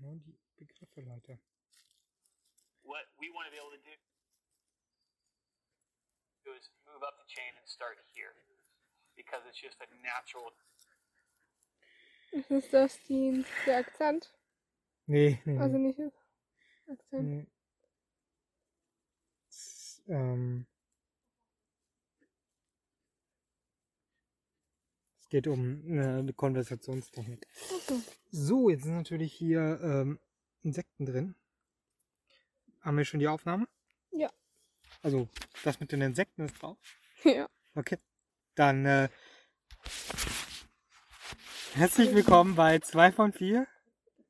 nur die Begriffe, Leute. What we want to be able to do do is move up the chain and start here because it's just a natural. Ist das die, der Akzent? Nee, nee. Also hm. nee. nicht das Akzent. nee. S- Ähm, es geht um eine eine Konversationstechnik. Achso. So, jetzt sind natürlich hier ähm, Insekten drin. Haben wir schon die Aufnahme? Ja. Also, das mit den Insekten ist drauf. Ja. Okay. Dann äh, herzlich willkommen bei 2 von 4.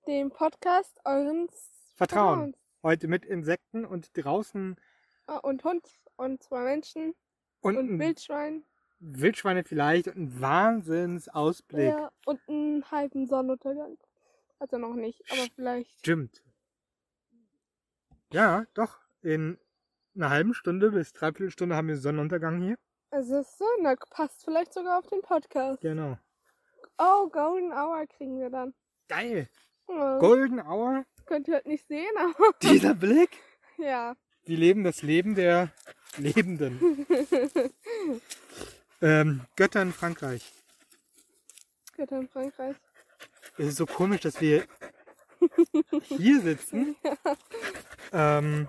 Dem Podcast eures Vertrauen. Heute mit Insekten und draußen Ah, und Hund und zwei Menschen und, und ein Wildschwein. Wildschweine vielleicht und ein Wahnsinnsausblick. Ja, und einen halben Sonnenuntergang. Also noch nicht, aber vielleicht. Stimmt. Ja, doch. In einer halben Stunde bis dreiviertel Stunde haben wir Sonnenuntergang hier. Also es ist so, na, passt vielleicht sogar auf den Podcast. Genau. Oh, Golden Hour kriegen wir dann. Geil. Ja, Golden Hour. Könnt ihr halt nicht sehen, aber Dieser Blick. ja. Die leben das Leben der Lebenden. ähm, Götter in Frankreich. Gehört in Frankreich. Es ist so komisch, dass wir hier sitzen. Ähm,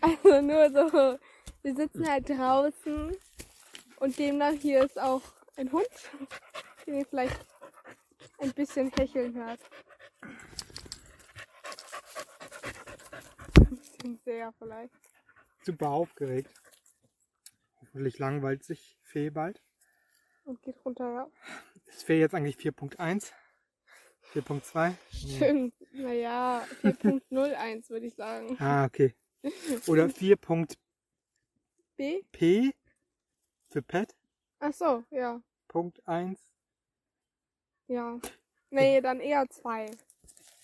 Also nur so, wir sitzen halt draußen und demnach hier ist auch ein Hund, den ihr vielleicht ein bisschen hecheln hört. Ein bisschen sehr vielleicht. super aufgeregt. Hoffentlich langweilt sich Fee bald. Und geht runter. Ist Fee jetzt eigentlich 4.1? 4.2? Stimmt. Naja, 4.01 würde ich sagen. Ah, okay. Oder 4.p B? für Pet. Ach so, ja. Punkt 1. Ja. Nee, dann eher zwei.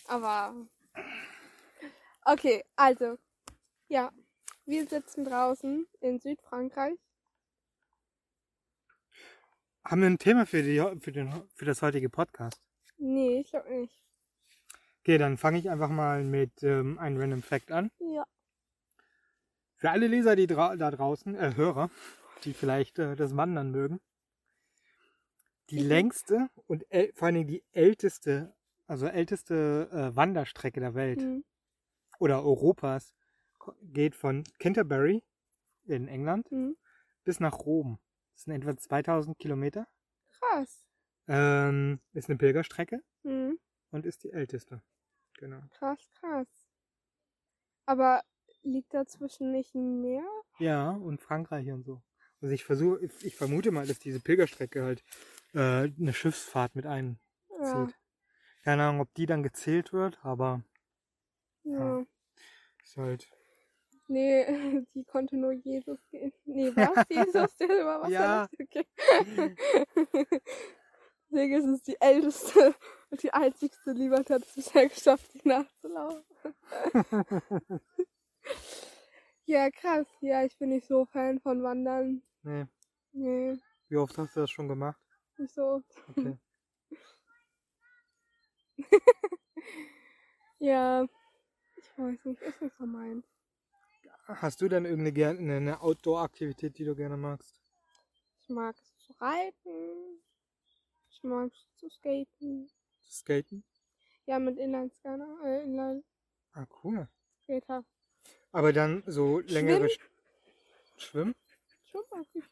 Aber. Okay, also. Ja. Wir sitzen draußen in Südfrankreich. Haben wir ein Thema für, die, für, den, für das heutige Podcast? Nee, ich glaube nicht. Okay, dann fange ich einfach mal mit ähm, einem Random Fact an. Ja. Für alle Leser, die dra da draußen, äh, Hörer, die vielleicht äh, das Wandern mögen, die längste und äl- vor allen Dingen die älteste, also älteste äh, Wanderstrecke der Welt Hm. oder Europas ko- geht von Canterbury in England Hm. bis nach Rom. Das sind etwa 2000 Kilometer. Krass. Ähm, ist eine Pilgerstrecke Hm. und ist die älteste. Genau. Krass, krass. Aber liegt dazwischen nicht ein Meer? Ja, und Frankreich und so. Also ich versuche, ich, ich vermute mal, dass diese Pilgerstrecke halt äh, eine Schiffsfahrt mit einzieht. Ja. Keine Ahnung, ob die dann gezählt wird, aber ja. ist halt. Nee, die konnte nur Jesus gehen. Nee, was? Jesus, der über Wasser Ja. ist? Okay. Deswegen ist es die älteste und die einzigste Liebert hat es bisher geschafft, die nachzulaufen. ja, krass. Ja, ich bin nicht so Fan von Wandern. Nee. Nee, Wie oft hast du das schon gemacht? nicht so. Okay. Ja, ich weiß nicht, ist nicht so meins. Hast du denn irgendeine gerne eine- eine Outdoor-Aktivität, die du gerne magst? Ich mag es zu reiten. Ich mag es zu skaten. Skaten? Ja, mit Inlineskater, äh, Inlineskater. Ah, cool. Aber dann so längere Sch- Schwimmen Schon mal gut.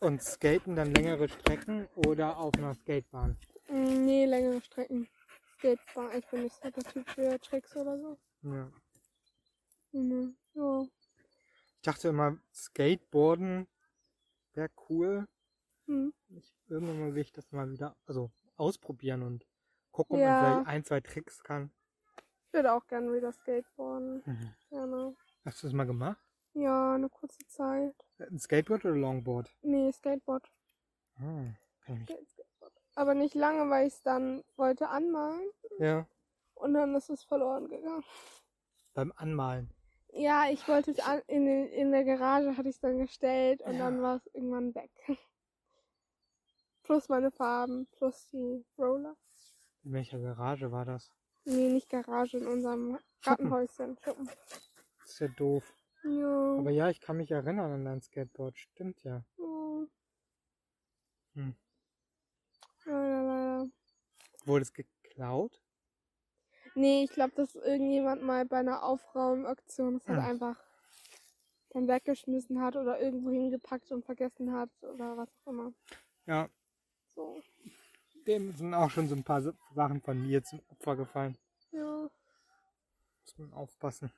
und Skaten dann längere Strecken oder auf einer Skatebahn. Mm, Nee, längere Strecken. Skatebahn. Ich bin nicht so der Typ für Tricks oder so. Ja. Mhm. Ja. Ich dachte immer, Skateboarden wäre cool. Hm. Ich, irgendwann mal will ich das mal wieder also ausprobieren und gucken, ob Ja. man vielleicht ein, zwei Tricks kann. Ich würde auch gerne wieder skateboarden. Mhm. Gerne. Hast du das mal gemacht? Ja, eine kurze Zeit. Ein Skateboard oder Longboard? Nee, Skateboard. Hm, kann ich nicht. Skate- Skateboard. Aber nicht lange, weil ich es dann wollte anmalen Ja. und dann ist es verloren gegangen. Beim Anmalen. Ja, ich wollte es an, in, den- in der Garage hatte ich es dann gestellt und Ja. dann war es irgendwann weg. Plus meine Farben, plus die Roller. In welcher Garage war das? Nee, nicht Garage, in unserem Gartenhäuschen. Schuppen. Das ist ja doof. Ja. Aber ja, ich kann mich erinnern an dein Skateboard. Stimmt ja. ja. Hm. Leider, leider. Wurde es geklaut? Nee, ich glaube, dass irgendjemand mal bei einer Aufraumaktion das halt Hm. einfach dann weggeschmissen hat oder irgendwo hingepackt und vergessen hat oder was auch immer. Ja, So. dem sind auch schon so ein paar Sa- Sachen von mir zum Opfer gefallen. Ja. Muss man aufpassen.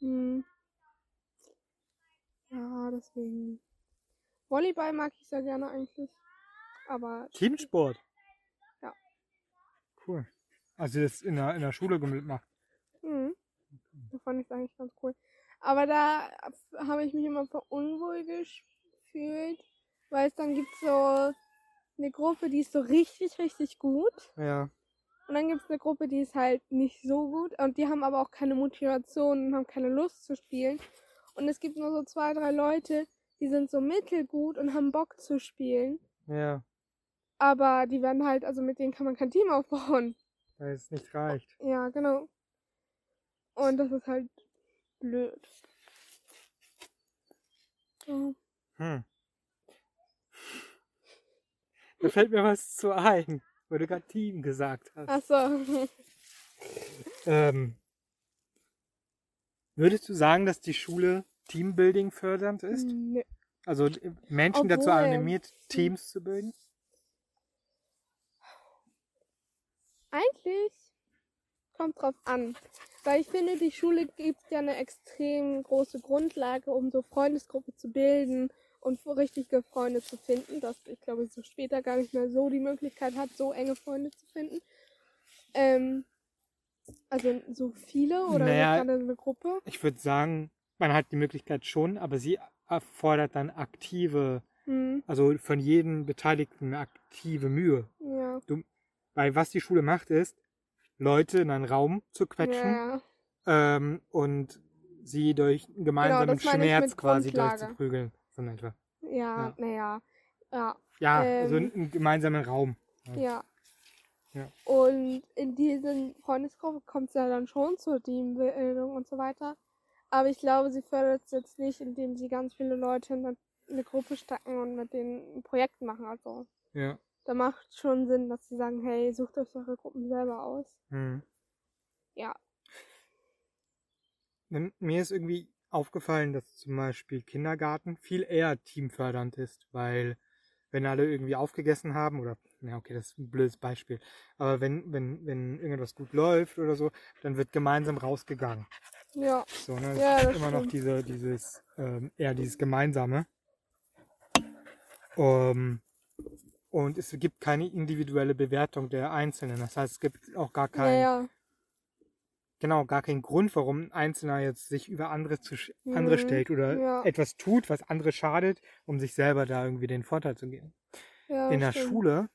Hm. Ja, deswegen. Volleyball mag ich sehr gerne eigentlich. Aber Teamsport? Ja. Cool. Also das in der, in der Schule gemacht. Mhm. Das fand ich eigentlich ganz cool. Aber da habe ich mich immer verunwohl gefühlt, weil es dann gibt so eine Gruppe, die ist so richtig, richtig gut. Ja. Und dann gibt es eine Gruppe, die ist halt nicht so gut. Und die haben aber auch keine Motivation und haben keine Lust zu spielen. Und es gibt nur so zwei, drei Leute, die sind so mittelgut und haben Bock zu spielen. Ja. Aber die werden halt, also mit denen kann man kein Team aufbauen. Weil es nicht reicht. Ja, genau. Und das ist halt blöd. So. Hm. Da fällt mir was zu ein, weil du gerade Team gesagt hast. Achso. Ähm, würdest du sagen, dass die Schule Teambuilding fördernd ist? Nö. Also äh, Menschen dazu Hm. Obwohl- animiert, Teams zu bilden? Eigentlich kommt drauf an. Weil ich finde, die Schule gibt ja eine extrem große Grundlage, um so Freundesgruppe zu bilden und so richtige Freunde zu finden, dass ich glaube, ich so später gar nicht mehr so die Möglichkeit hat, so enge Freunde zu finden. Ähm, also so viele oder Naja. gerade so eine Gruppe. Ich würde sagen, man hat die Möglichkeit schon, aber sie erfordert dann aktive, Hm, also von jedem Beteiligten eine aktive Mühe. ja. Weil was die Schule macht, ist, Leute in einen Raum zu quetschen Ja, ja. ähm, und sie durch gemeinsamen Genau, das meine ich Schmerz mit quasi Grundlage. durchzuprügeln. So in etwa. Ja, Ja. naja. Ja, Ja, Ähm. so einen einen gemeinsamen Raum. ja. Ja. Und in diesen Freundesgruppen kommt es ja dann schon zur Teambildung und so weiter. Aber ich glaube, sie fördert es jetzt nicht, indem sie ganz viele Leute in eine Gruppe stecken und mit denen ein Projekt machen. Also Ja. da macht schon Sinn, dass sie sagen, hey, sucht euch eure Gruppen selber aus. Hm. Ja. Mir- Mir ist irgendwie aufgefallen, dass zum Beispiel Kindergarten viel eher teamfördernd ist, weil wenn alle irgendwie aufgegessen haben oder, na okay, das ist ein blödes Beispiel, aber wenn, wenn, wenn irgendetwas gut läuft oder so, dann wird gemeinsam rausgegangen. Ja, So, ne? Ja, es das ist immer noch stimmt. diese, dieses, ähm, eher dieses Gemeinsame. Ähm, und es gibt keine individuelle Bewertung der Einzelnen. Das heißt, es gibt auch gar kein, naja. genau, gar keinen Grund, warum ein Einzelner jetzt sich über andere, zu, sch- andere Mhm, stellt oder ja. etwas tut, was andere schadet, um sich selber da irgendwie den Vorteil zu geben. Ja, In der stimmt. Schule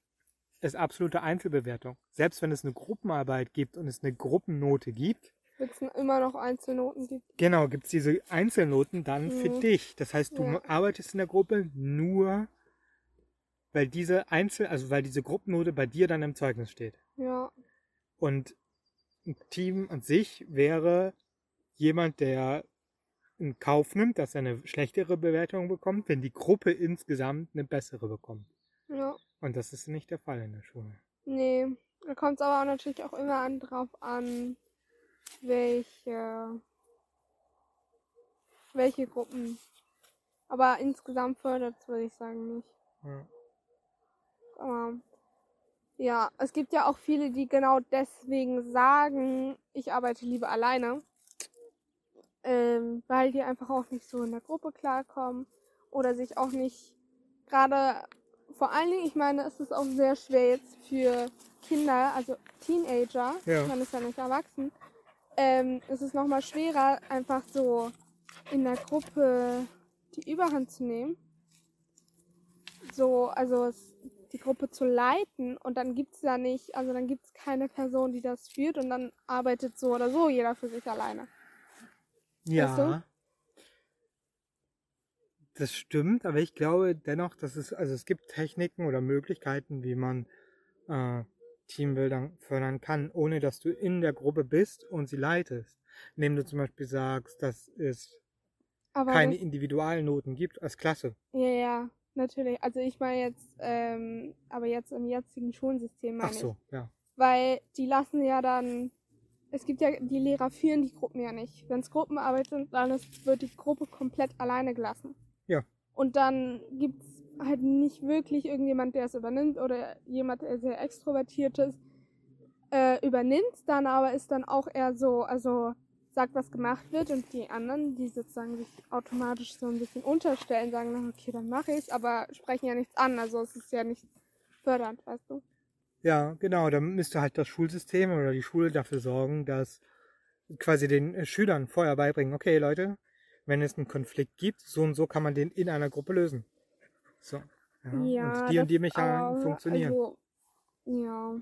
ist absolute Einzelbewertung. Selbst wenn es eine Gruppenarbeit gibt und es eine Gruppennote gibt, Wird's immer noch Einzelnoten gibt. Genau, gibt's diese Einzelnoten dann für Mhm. dich. Das heißt, du Ja. arbeitest in der Gruppe nur, weil diese Einzel, also weil diese Gruppennote bei dir dann im Zeugnis steht. Ja, Und ein Team an sich wäre jemand, der in Kauf nimmt, dass er eine schlechtere Bewertung bekommt, wenn die Gruppe insgesamt eine bessere bekommt. ja. Und das ist nicht der Fall in der Schule. Nee, da kommt es aber auch natürlich auch immer an, drauf an, welche, welche Gruppen. Aber insgesamt fördert es, würde ich sagen, nicht. Ja. Aber Ähm, ja, es gibt ja auch viele, die genau deswegen sagen, ich arbeite lieber alleine. Ähm, weil die einfach auch nicht so in der Gruppe klarkommen oder sich auch nicht gerade vor allen Dingen, ich meine, es ist auch sehr schwer jetzt für Kinder, also Teenager, Ja. man ist ja nicht erwachsen, ähm, es ist nochmal schwerer, einfach so in der Gruppe die Überhand zu nehmen. So, also es, die Gruppe zu leiten und dann gibt's ja nicht, also dann gibt's keine Person, die das führt und dann arbeitet so oder so jeder für sich alleine. ja. Das stimmt, aber ich glaube dennoch, dass es, also es gibt Techniken oder Möglichkeiten, wie man äh, Teambildung fördern kann, ohne dass du in der Gruppe bist und sie leitest. Indem du zum Beispiel sagst, dass es Aber keine das, Individualnoten gibt als Klasse. ja, ja, natürlich. Also ich meine jetzt, ähm, aber jetzt im jetzigen Schulsystem meine Ach so, ja. ich. Weil die lassen ja dann, es gibt ja, die Lehrer führen die Gruppen ja nicht. Wenn es Gruppenarbeit sind, dann ist, wird die Gruppe komplett alleine gelassen. Ja. Und dann gibt's halt nicht wirklich irgendjemand, der es übernimmt oder jemand, der sehr extrovertiert ist, äh, übernimmt dann aber, ist dann auch eher so, also sagt, was gemacht wird und die anderen, die sozusagen sich automatisch so ein bisschen unterstellen, sagen, na, okay, dann mache ich's, aber sprechen ja nichts an, also es ist ja nicht fördernd, weißt du? Ja, genau. Dann müsste halt das Schulsystem oder die Schule dafür sorgen, dass quasi den äh, Schülern vorher beibringen, okay Leute, wenn es einen Konflikt gibt, so und so kann man den in einer Gruppe lösen. So. Ja, und die das- und die Mechaniken aber, funktionieren. Also, ja,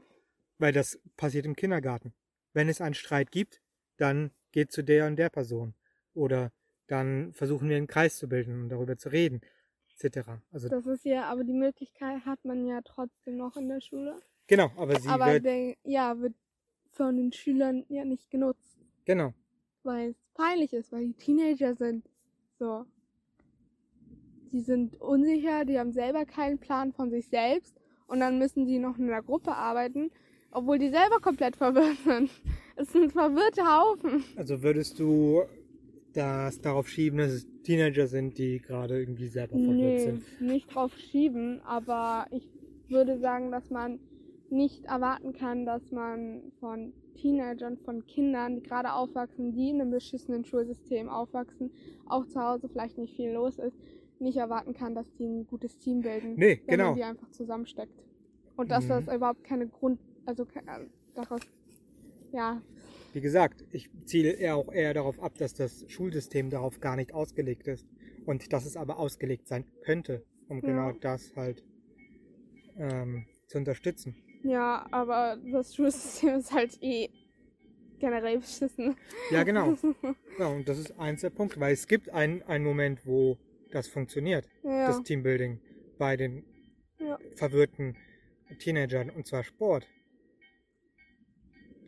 Weil das passiert im Kindergarten. Wenn es einen Streit gibt, dann geht zu der und der Person. Oder dann versuchen wir einen Kreis zu bilden und darüber zu reden, etc. Also das ist ja, aber die Möglichkeit hat man ja trotzdem noch in der Schule. genau, aber sie aber wird der, ja, wird von den Schülern ja nicht genutzt, genau. weil es peinlich ist, weil die Teenager sind. So. Die sind unsicher, die haben selber keinen Plan von sich selbst und dann müssen die noch in einer Gruppe arbeiten, obwohl die selber komplett verwirrt sind. Es sind verwirrte Haufen. Also würdest du das darauf schieben, dass es Teenager sind, die gerade irgendwie selber verwirrt Nee, sind? nicht drauf schieben, aber ich würde sagen, dass man nicht erwarten kann, dass man von Teenagern, von Kindern, die gerade aufwachsen, die in einem beschissenen Schulsystem aufwachsen, auch zu Hause vielleicht nicht viel los ist, nicht erwarten kann, dass die ein gutes Team bilden, Nee, wenn genau. man die einfach zusammensteckt. Und dass Mhm. das überhaupt keine Grund, also ke- äh, daraus, ja, Wie gesagt, ich ziele eher auch eher darauf ab, dass das Schulsystem darauf gar nicht ausgelegt ist. Und dass es aber ausgelegt sein könnte, um Ja. genau das halt ähm, zu unterstützen. ja, aber das Schulsystem ist halt eh generell beschissen. Ja, genau. Ja, und das ist eins der Punkte, weil es gibt einen, einen Moment, wo das funktioniert, ja. das Teambuilding bei den Ja. verwirrten Teenagern, und zwar Sport.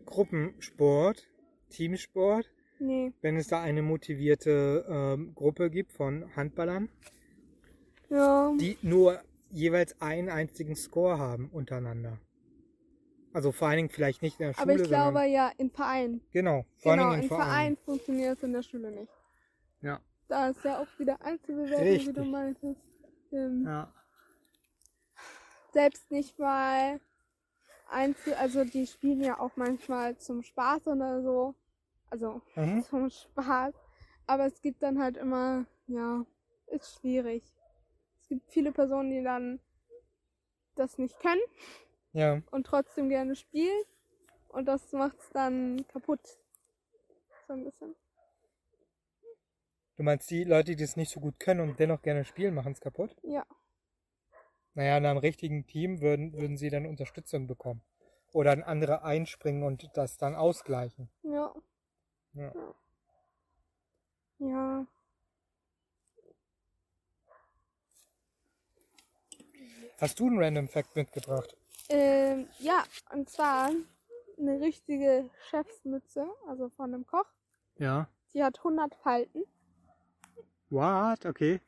Gruppensport, Teamsport, Nee. wenn es da eine motivierte ähm, Gruppe gibt von Handballern, Ja. die nur jeweils einen einzigen Score haben untereinander. Also vor allen Dingen vielleicht nicht in der Schule, aber ich glaube sondern, ja im Verein. genau, vor allen Genau, Dingen im im Verein. Verein funktioniert es in der Schule nicht. Ja. Da ist ja auch wieder Einzelbewertung, wie Richtig. du meintest. Ähm, Ja. Selbst nicht mal Einzel, also die spielen ja auch manchmal zum Spaß oder so. Also Mhm. zum Spaß. Aber es gibt dann halt immer, ja, ist schwierig. Es gibt viele Personen, die dann das nicht können ja. und trotzdem gerne spielt. Und das macht's dann kaputt. So ein bisschen. Du meinst die Leute, die es nicht so gut können und dennoch gerne spielen, machen es kaputt? Ja. Naja, in einem richtigen Team würden, würden sie dann Unterstützung bekommen. Oder ein anderer einspringen und das dann ausgleichen. Ja. Ja. Ja. Hast du einen Random Fact mitgebracht? Ähm, ja, und zwar eine richtige Chefsmütze, also von einem Koch. Ja. Die hat 100 Falten. What? Okay.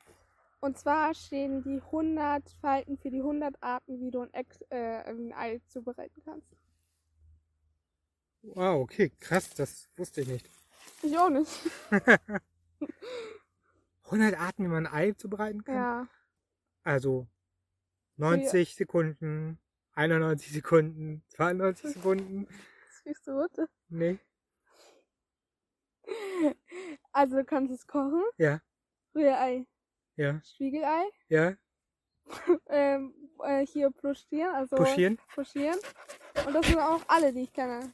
Und zwar stehen die 100 Falten für die 100 Arten, wie du ein, Ex äh, ein Ei zubereiten kannst. Wow, okay. Krass, das wusste ich nicht. Ich auch nicht. 100 Arten, wie man ein Ei zubereiten kann? Ja. Also 90 Sekunden, 91 Sekunden, 92 Sekunden. Das ist gut. Nee. Also du kannst es kochen. Ja. Rührei, Ja. Spiegelei. Ja. ähm, äh, hier pochieren, also Pochieren? pochieren. Und das sind auch alle, die ich kenne.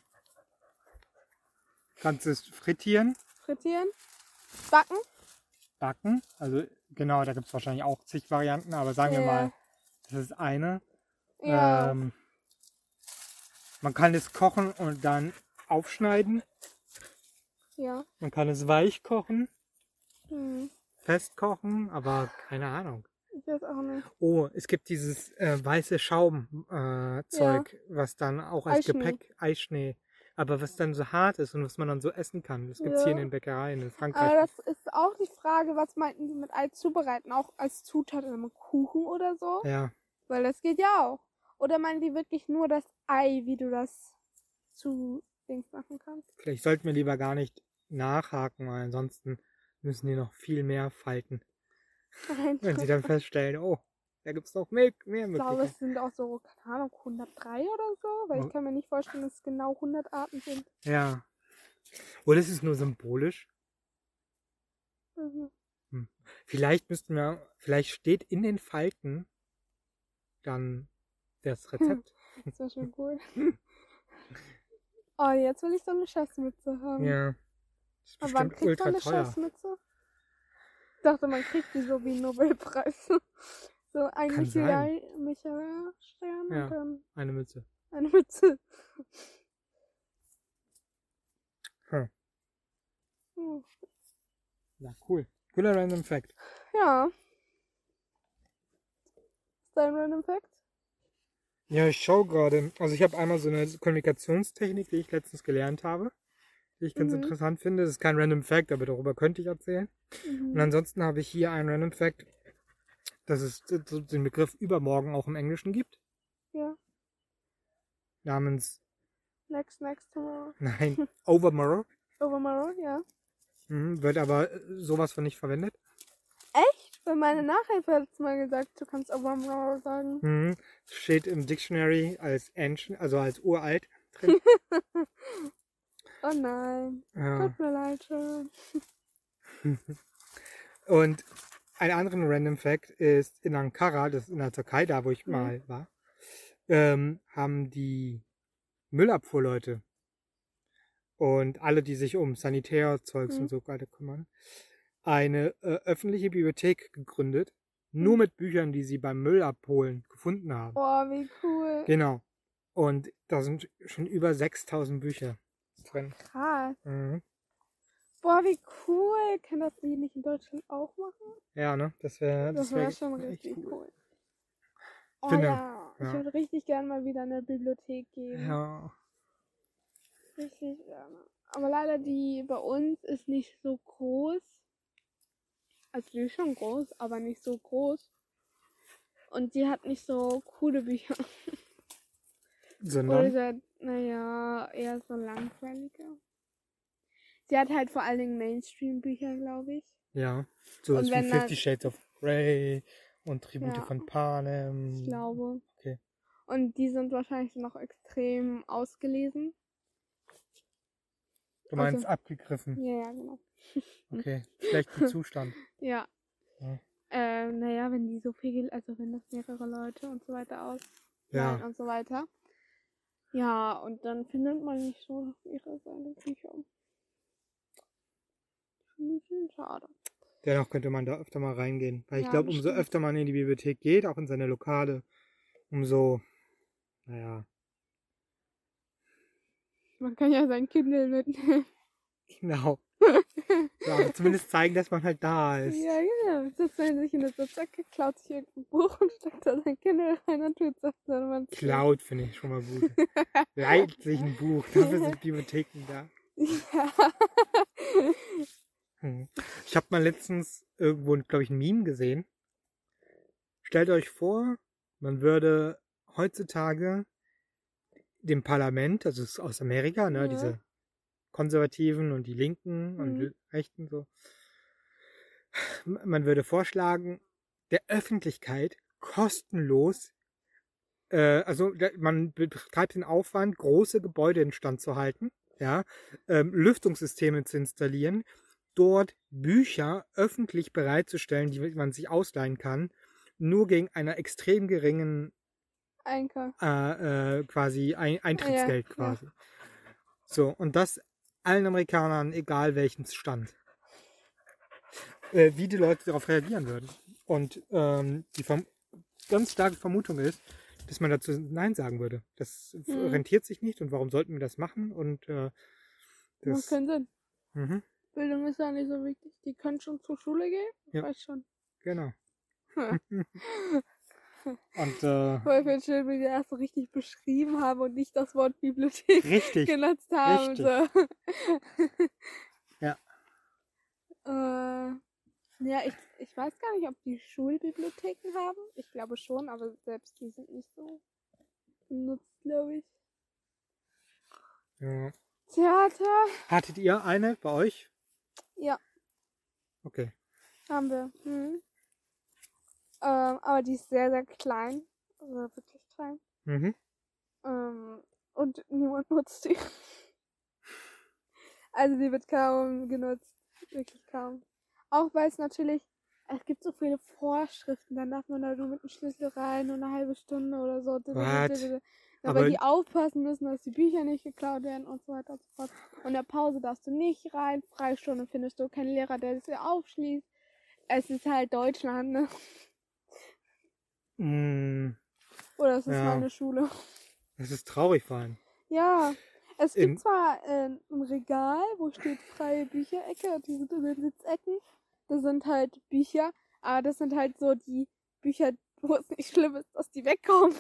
Kannst es frittieren? Frittieren, backen, backen. Also genau, da gibt es wahrscheinlich auch zig Varianten, aber sagen wir Ja. mal, das ist eine. ja, Ähm, man kann es kochen und dann aufschneiden. ja. Man kann es weich kochen. Hm. festkochen, aber keine Ahnung. Ich weiß auch nicht. Oh, es gibt dieses äh, weiße Schaumzeug, äh, Zeug, was dann auch als Eischnee. Gepäck, Eischnee, aber was dann so hart ist und was man dann so essen kann. Das gibt's hier in Ja. den Bäckereien in Aber Frankreich. das ist auch die Frage, was meinten die mit Ei zubereiten? Auch als Zutat in einem Kuchen oder so? Ja, Weil das geht ja auch. Oder meinen die wirklich nur das Ei, wie du das zu Dings machen kannst? vielleicht sollten wir lieber gar nicht nachhaken, weil ansonsten müssen die noch viel mehr falten. Nein, Wenn sie dann feststellen, oh, da gibt's noch mehr, mehr ich glaube, Möglichkeiten. es sind auch so, keine Ahnung, 103 oder so, weil Oh. ich kann mir nicht vorstellen, dass es genau 100 Arten sind. Ja. Oder ist es nur symbolisch? Mhm. Vielleicht müssten wir, vielleicht steht in den Falten dann Hm. das Rezept. Das war schon cool. oh, jetzt will ich so eine Schafsmütze haben. ja. Ist Aber wann bestimmt kriegt ultra man eine teuer. Schafsmütze? Ich dachte, man kriegt die so wie Nobelpreis. so ein Kann Michelin- Michelin-Stern Ja. und dann Eine Mütze. eine Mütze. Hm. Hm. Ja, cool. Cooler Random Fact. Ja. Ist dein Random Fact? Ja, ich schaue gerade. Also ich habe einmal so eine Kommunikationstechnik, die ich letztens gelernt habe, die ich ganz Mhm. interessant finde. Das ist kein Random Fact, aber darüber könnte ich erzählen. Und Mhm. ansonsten habe ich hier einen Random Fact, dass es so den Begriff übermorgen auch im Englischen gibt. Ja. Namens, Next, next, tomorrow. nein, Overmorrow. Overmorrow, ja. Mhm, wird aber sowas von nicht verwendet. Bei meiner Nachhilfe hat es mal gesagt, du kannst Overmorrow sagen. Mhm, steht im Dictionary als ancient, also als uralt drin. Oh nein. ja. Tut mir leid, schon. Und ein anderen Random Fact ist, in Ankara, das ist in der Türkei, da wo ich Mhm. mal war, ähm, haben die Müllabfuhrleute und alle, die sich um Sanitärzeugs Mhm. und so weiter kümmern, eine äh, öffentliche Bibliothek gegründet, Mhm. nur mit Büchern, die sie beim Müll abholen gefunden haben. Boah, wie cool. Genau. Und da sind schon über 6000 Bücher drin. Krass. Mhm. Boah, wie cool. Kann das die nicht in Deutschland auch machen? Ja, ne? Das wäre Das das wäre wär schon echt richtig cool. cool. Oh Finde- ja. Ich ja. würde richtig gern mal wieder in eine Bibliothek gehen. Ja. Richtig gerne. Aber leider die bei uns ist nicht so groß. Also die ist schon groß, aber nicht so groß. Und die hat nicht so coole Bücher. Oder Sondern, sehr, naja, eher so langweilige. Sie hat halt vor allen Dingen Mainstream-Bücher, glaube ich. ja. Sowas Und wie wenn dann- Fifty Shades of Grey und Tribute Ja. von Panem. Ich glaube. Mhm. Okay. Und die sind wahrscheinlich noch extrem ausgelesen. Du meinst also- abgegriffen. Ja, ja, genau. Okay. Schlechten Zustand. Ja. Ja. Ähm, naja, wenn die so viel, also wenn das mehrere Leute und so weiter aus Ja. und so weiter. Ja, und dann findet man nicht so ihre seine Bücher. Schon ein bisschen schade. Dennoch könnte man da öfter mal reingehen. Weil ich Ja, glaube, das umso stimmt. öfter man in die Bibliothek geht, auch in seine Lokale, umso, naja, Man kann ja sein Kindle mitnehmen. genau. ja, aber zumindest zeigen, dass man halt da ist. Ja, genau. Sitzt man sich in der Sitzecke, klaut sich irgendein Buch und steckt da sein Kindle rein und tut es dann man Klaut finde ich schon mal gut. Leiht sich ein Buch, dafür sind Bibliotheken da. Ja. Hm. Ich habe mal letztens irgendwo, glaube ich, ein Meme gesehen. Stellt euch vor, man würde heutzutage dem Parlament, also es ist aus Amerika, ne, Ja. diese Konservativen und die Linken und Mhm. die Rechten so, man würde vorschlagen, der Öffentlichkeit kostenlos äh, also da- man betreibt den Aufwand, große Gebäude instand zu halten, ja, ähm, Lüftungssysteme zu installieren, dort Bücher öffentlich bereitzustellen, die man sich ausleihen kann, nur gegen einer extrem geringen Einkauf. äh, äh, quasi ein Eintrittsgeld ja. quasi. So, und das allen Amerikanern, egal welchen Stand. Äh, wie die Leute darauf reagieren würden. Und ähm, die Verm ganz starke Vermutung ist, dass man dazu Nein sagen würde. Das f- Mhm. rentiert sich nicht und warum sollten wir das machen? Und äh, Macht das, keinen Sinn. mhm. Bildung ist ja nicht so wichtig. Die können schon zur Schule gehen. Ich Ja. weiß schon. Genau. Hm. Und äh, Weil wir schön, wie wir erst so richtig beschrieben haben und nicht das Wort Bibliothek richtig. genutzt haben. So. Ja. Äh, ja, ich, ich weiß gar nicht, ob die Schulbibliotheken haben. Ich glaube schon, aber selbst die sind nicht so genutzt, glaube ich. Ja. Theater Hattet ihr eine bei euch? Ja. Okay. haben wir. Mhm. Ähm, aber die ist sehr, sehr klein. Also wirklich klein. Mhm. Ähm, und niemand nutzt die. Also die wird kaum genutzt. Wirklich kaum. Auch weil es natürlich, es gibt so viele Vorschriften, dann darf man da nur mit dem Schlüssel rein, nur eine halbe Stunde oder so. What? Aber, Aber- die aufpassen müssen, dass die Bücher nicht geklaut werden und so weiter und so fort. Und in der Pause darfst du nicht rein, Freistunde findest du keinen Lehrer, der das dir aufschließt. Es ist halt Deutschland, ne? Mm, Oder es ist Ja. meine Schule. Das ist traurig vor allem. Ja, es In- gibt zwar äh, ein Regal, wo steht freie Bücherecke, die sind in den Sitzecken. Das sind halt Bücher, aber das sind halt so die Bücher, wo es nicht schlimm ist, dass die wegkommen.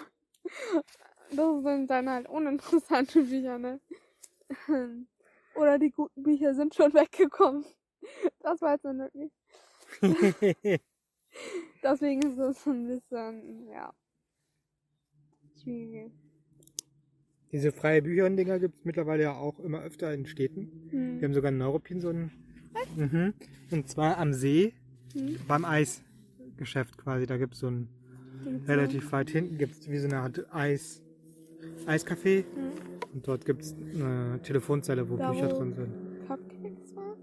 Das sind dann halt uninteressante Bücher, ne? Oder die guten Bücher sind schon weggekommen. Das weiß man wirklich. Deswegen ist das so ein bisschen, ja. Schwierig. Diese freie Bücherendinger gibt es mittlerweile ja auch immer öfter in Städten. Hm. Wir haben sogar in Neuruppin so einen. Mhm. Und zwar am See Hm. beim Eisgeschäft quasi. Da gibt es so einen relativ weit hinten gibt es wie so eine Art Eis. Eiscafé Hm. und dort gibt es eine Telefonzelle, wo Da, Bücher wo- drin sind. Cupcakes war?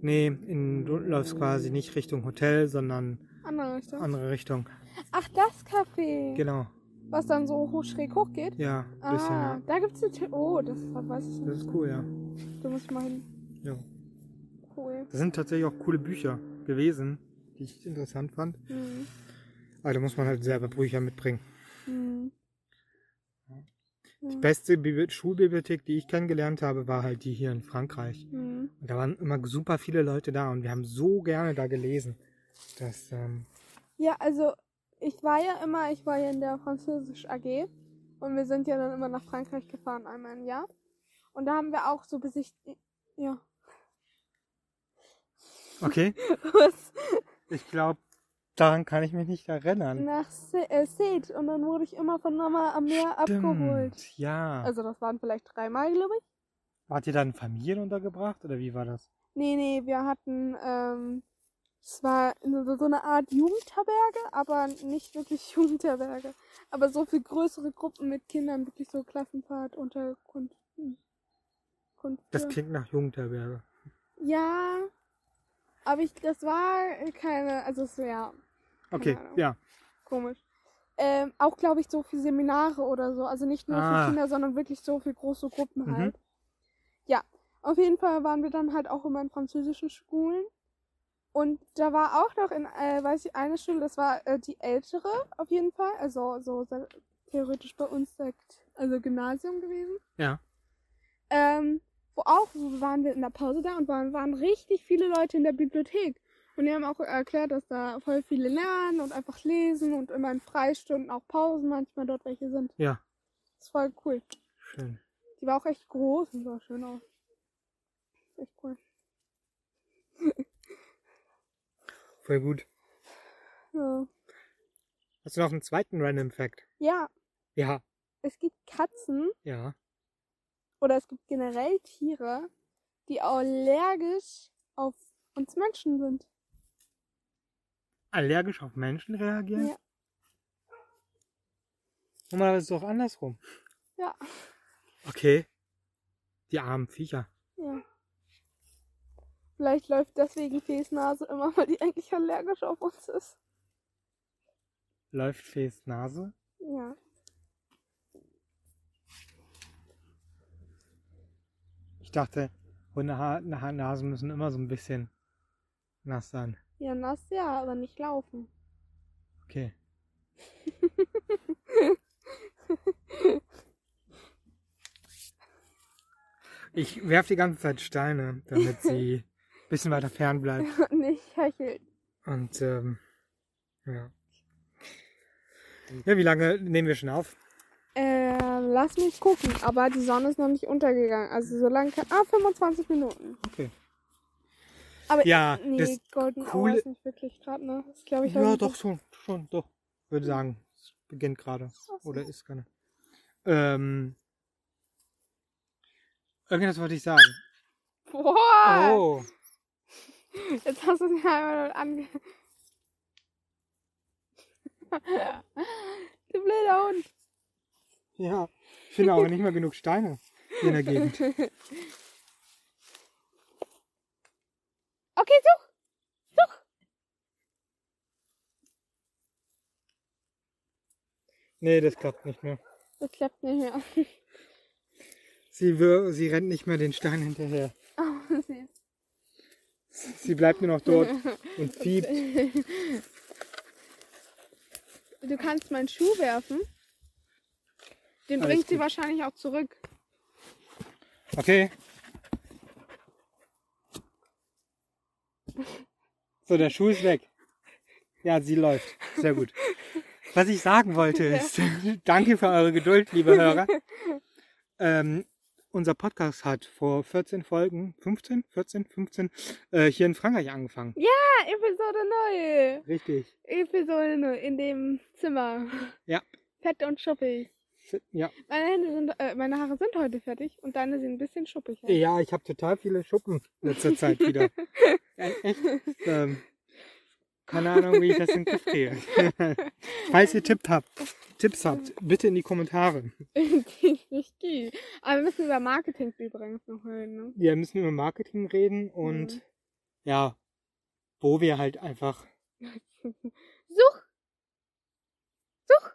Nee, in, du läufst quasi nicht Richtung Hotel, sondern Andere Richtung. andere Richtung. Ach, das Café. Genau, Was dann so hoch, schräg hoch geht. ja, ein bisschen. Ah, Ja. da gibt's eine Tür. Oh, das weiß ich Das nicht. ist cool, ja. Da muss ich mal hin. ja. Cool. Das sind tatsächlich auch coole Bücher gewesen, die ich interessant fand. Hm. Aber da muss man halt selber Bücher mitbringen. Hm. Die Hm. beste Bibli Schulbibliothek, die ich kennengelernt habe, war halt die hier in Frankreich. Hm. Und da waren immer super viele Leute da und wir haben so gerne da gelesen. Das, ähm, Ja, also ich war ja immer, ich war ja in der Französisch AG und wir sind ja dann immer nach Frankreich gefahren, einmal im Jahr. Und da haben wir auch so besichtigt. Ja. okay, Was? ich glaube, daran kann ich mich nicht erinnern. Nach Se- äh, Seth. Und dann wurde ich immer von Mama am Meer Stimmt, abgeholt. Ja. Also das waren vielleicht dreimal, glaube ich. Wart ihr dann Familien untergebracht oder wie war das? Nee, nee, wir hatten, ähm, es war so so eine Art Jugendherberge, aber nicht wirklich Jugendherberge. Aber so viel größere Gruppen mit Kindern, wirklich so Klassenfahrt, Unterkunft. hm, Kunft, Das ja. klingt nach Jugendherberge. ja, aber ich, das war keine, also es wäre Okay, Ahnung. ja. komisch. Ähm, auch, glaube ich, so für Seminare oder so. Also nicht nur Ah. für Kinder, sondern wirklich so für große Gruppen Mhm. halt. Ja, auf jeden Fall waren wir dann halt auch immer in französischen Schulen. Und da war auch noch in, äh, weiß ich, eine Schule, das war äh, die ältere auf jeden Fall. Also so se- theoretisch bei uns sagt, also Gymnasium gewesen. Ja. Ähm, wo auch wo waren wir in der Pause da und waren, waren richtig viele Leute in der Bibliothek. Und die haben auch erklärt, dass da voll viele lernen und einfach lesen und immer in Freistunden auch Pausen manchmal dort welche sind. Ja, Das ist voll cool. schön. Die war auch echt groß und sah schön aus. Ist echt cool. Voll gut. Ja. Hast du noch einen zweiten Random Fact? ja, Ja. es gibt Katzen Ja. oder es gibt generell Tiere, die allergisch auf uns Menschen sind. Allergisch auf Menschen reagieren? Ja. Normal ist es doch andersrum. Ja. Okay. Die armen Viecher. Ja. Vielleicht läuft deswegen Fees Nase immer, weil die eigentlich allergisch auf uns ist. Läuft Fees Nase? Ja. Ich dachte, Hundenasen müssen immer so ein bisschen nass sein. Ja, nass ja, aber nicht laufen. Okay. Ich werf die ganze Zeit Steine, damit sie bisschen weiter fern bleibt. nicht hechelt. Und ähm, ja. Ja, wie lange nehmen wir schon auf? Äh, lass mich gucken, aber die Sonne ist noch nicht untergegangen. Also so lange kann. Ah, 25 Minuten. Okay. Aber Ja, nee, Ah, das Golden Hour Coole- ist nicht wirklich gerade, ne? Das glaube ich Ja, heute doch, nicht. schon, schon, doch. Würde sagen, es beginnt gerade. Oder ist gerade. Ähm. Irgendwas wollte ich sagen. Boah! Oh. Jetzt hast du es mir einmal ange. du blöder Hund. Ja. Ich finde aber nicht mal genug Steine hier in der Gegend. Okay, such! Such! Nee, das klappt nicht mehr. Das klappt nicht mehr. Sie, wir- sie rennt nicht mehr den Stein hinterher. Oh, sie- Sie bleibt nur noch dort und fiebt. du kannst meinen Schuh werfen. Den Alles bringt sie gut. wahrscheinlich auch zurück. Okay. So, der Schuh ist weg. Ja, sie läuft. Sehr gut. Was ich sagen wollte ist, danke für eure Geduld, liebe Hörer. Ähm, unser Podcast hat vor 14 Folgen, 15, 14, 15, äh, hier in Frankreich angefangen. Ah, Episode 0. Richtig. Episode 0 in dem Zimmer. Ja. Fett und schuppig. Ja, Meine, Hände sind, äh, meine Haare sind heute fertig und deine sind ein bisschen schuppig. aus. ja ich habe total viele Schuppen in letzter Zeit wieder. Ja, echt. Ähm, keine Ahnung, wie ich das in den Griff kriege. Falls ihr Tipps habt, Tipps habt, bitte in die Kommentare. Richtig. Aber wir müssen über Marketing übrigens noch reden. Ne? Wir müssen über Marketing reden und Mhm. ja, wo wir halt einfach Such! Such!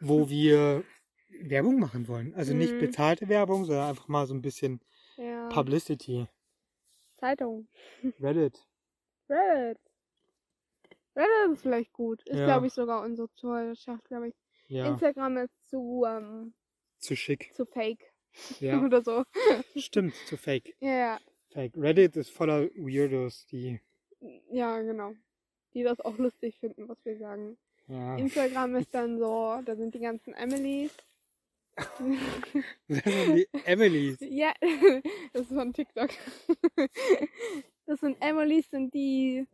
wo wir Werbung machen wollen. Also nicht Mhm. bezahlte Werbung, sondern einfach mal so ein bisschen Ja. Publicity. Zeitung. Reddit. Reddit. Reddit ist vielleicht gut. Ist, Ja. glaube ich, sogar unsere Zuhörerschaft, glaube ich. Ja, Instagram ist zu, ähm, zu schick. zu fake. Ja, Oder so. stimmt, zu fake. Ja, ja. Fake. Reddit ist voller Weirdos, die Ja, genau. Die das auch lustig finden, was wir sagen. ja. Instagram ist dann so, da sind die ganzen Emilys. Das sind die Emilys. Ja, das ist von TikTok. Das sind Emilys, sind die,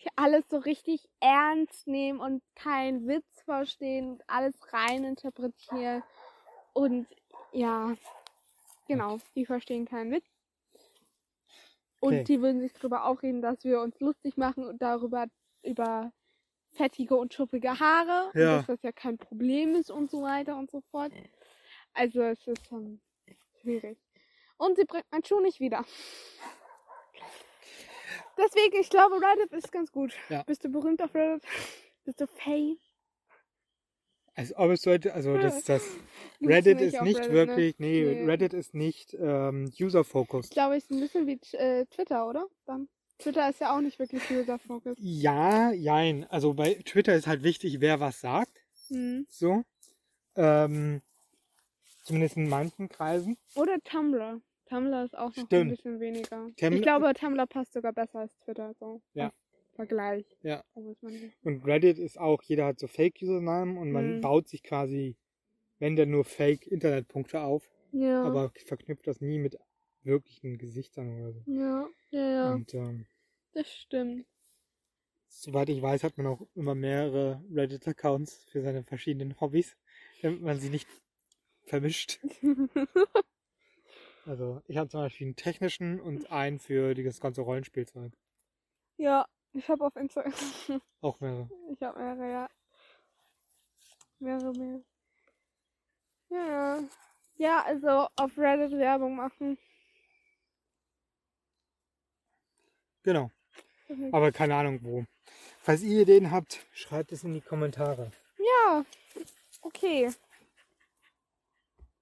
die alles so richtig ernst nehmen und keinen Witz verstehen und alles rein interpretieren. Und ja, genau, die verstehen keinen Witz. Und Okay. die würden sich darüber aufreden, dass wir uns lustig machen und darüber über fettige und schuppige Haare Ja. und dass das ja kein Problem ist und so weiter und so fort. Also es ist ähm, schwierig. Und sie bringt meinen Schuh nicht wieder. Deswegen, ich glaube, Reddit ist ganz gut. Ja. Bist du berühmt auf Reddit? Bist du fame? Als ob es heute, also das, das Gibt's Reddit nicht ist auf nicht Reddit, ne? wirklich, nee, Nee. Reddit ist nicht ähm, Ich user-focused. glaube, es ist ein bisschen wie äh, Twitter, oder? Dann. Twitter ist ja auch nicht wirklich User-Focus. Ja, jein. Also bei Twitter ist halt wichtig, wer was sagt. Hm. So. Ähm, zumindest in manchen Kreisen. Oder Tumblr. Tumblr ist auch noch ein Stimmt. bisschen weniger. Tum- ich glaube, Tumblr passt sogar besser als Twitter. So. Ja. Im Vergleich. Ja. Da muss man nicht- Und Reddit ist auch, jeder hat so Fake-Usernamen und man Mhm. baut sich quasi, wenn dann nur Fake-Internetpunkte auf, Ja. aber verknüpft das nie mit wirklichen Gesichtern oder so. ja. Ja, ja. Und ähm, Das stimmt. Soweit ich weiß, hat man auch immer mehrere Reddit-Accounts für seine verschiedenen Hobbys, damit man sie nicht vermischt. Also ich habe zum Beispiel einen technischen und einen für die- das ganze Rollenspielzeug. ja, ich habe auf Instagram. Auch mehrere. Ich habe mehrere, ja. Mehrere mehr. Ja. Ja, also auf Reddit Werbung machen. Genau. Mhm. Aber keine Ahnung wo. Falls ihr Ideen habt, schreibt es in die Kommentare. Ja. Okay.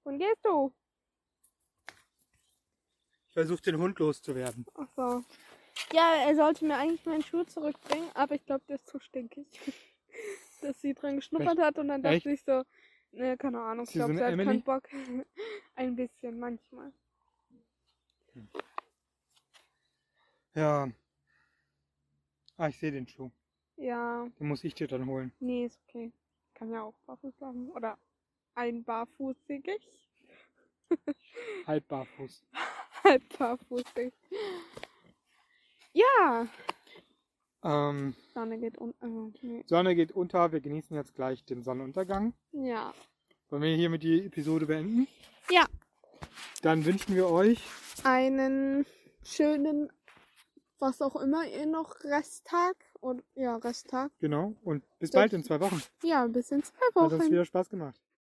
Wohin gehst du? Ich versuche den Hund loszuwerden. Ach so. Ja, er sollte mir eigentlich meinen Schuh zurückbringen, aber ich glaube, der ist zu stinkig. Dass sie dran geschnuppert hat und dann Echt? dachte ich so, ne, keine Ahnung, ich Sie so eine glaube, sie hat Emily? keinen Bock. Ein bisschen, manchmal. Ja. Ah, ich sehe den Schuh. Ja, Den muss ich dir dann holen. nee, ist okay. Kann ja auch barfuß laufen. Oder ein barfußig. Halb Halt barfuß. Halb barfußig. Ja, Ähm, Sonne geht um. Äh, nee. Sonne geht unter. Wir genießen jetzt gleich den Sonnenuntergang. Ja. Wollen wir hiermit die Episode beenden? Ja. Dann wünschen wir euch einen schönen, was auch immer ihr noch, Resttag. Und ja, Resttag. Genau. Und bis Sehr bald schön. in zwei Wochen. Ja, bis in zwei Hat uns Wochen. wieder Spaß gemacht.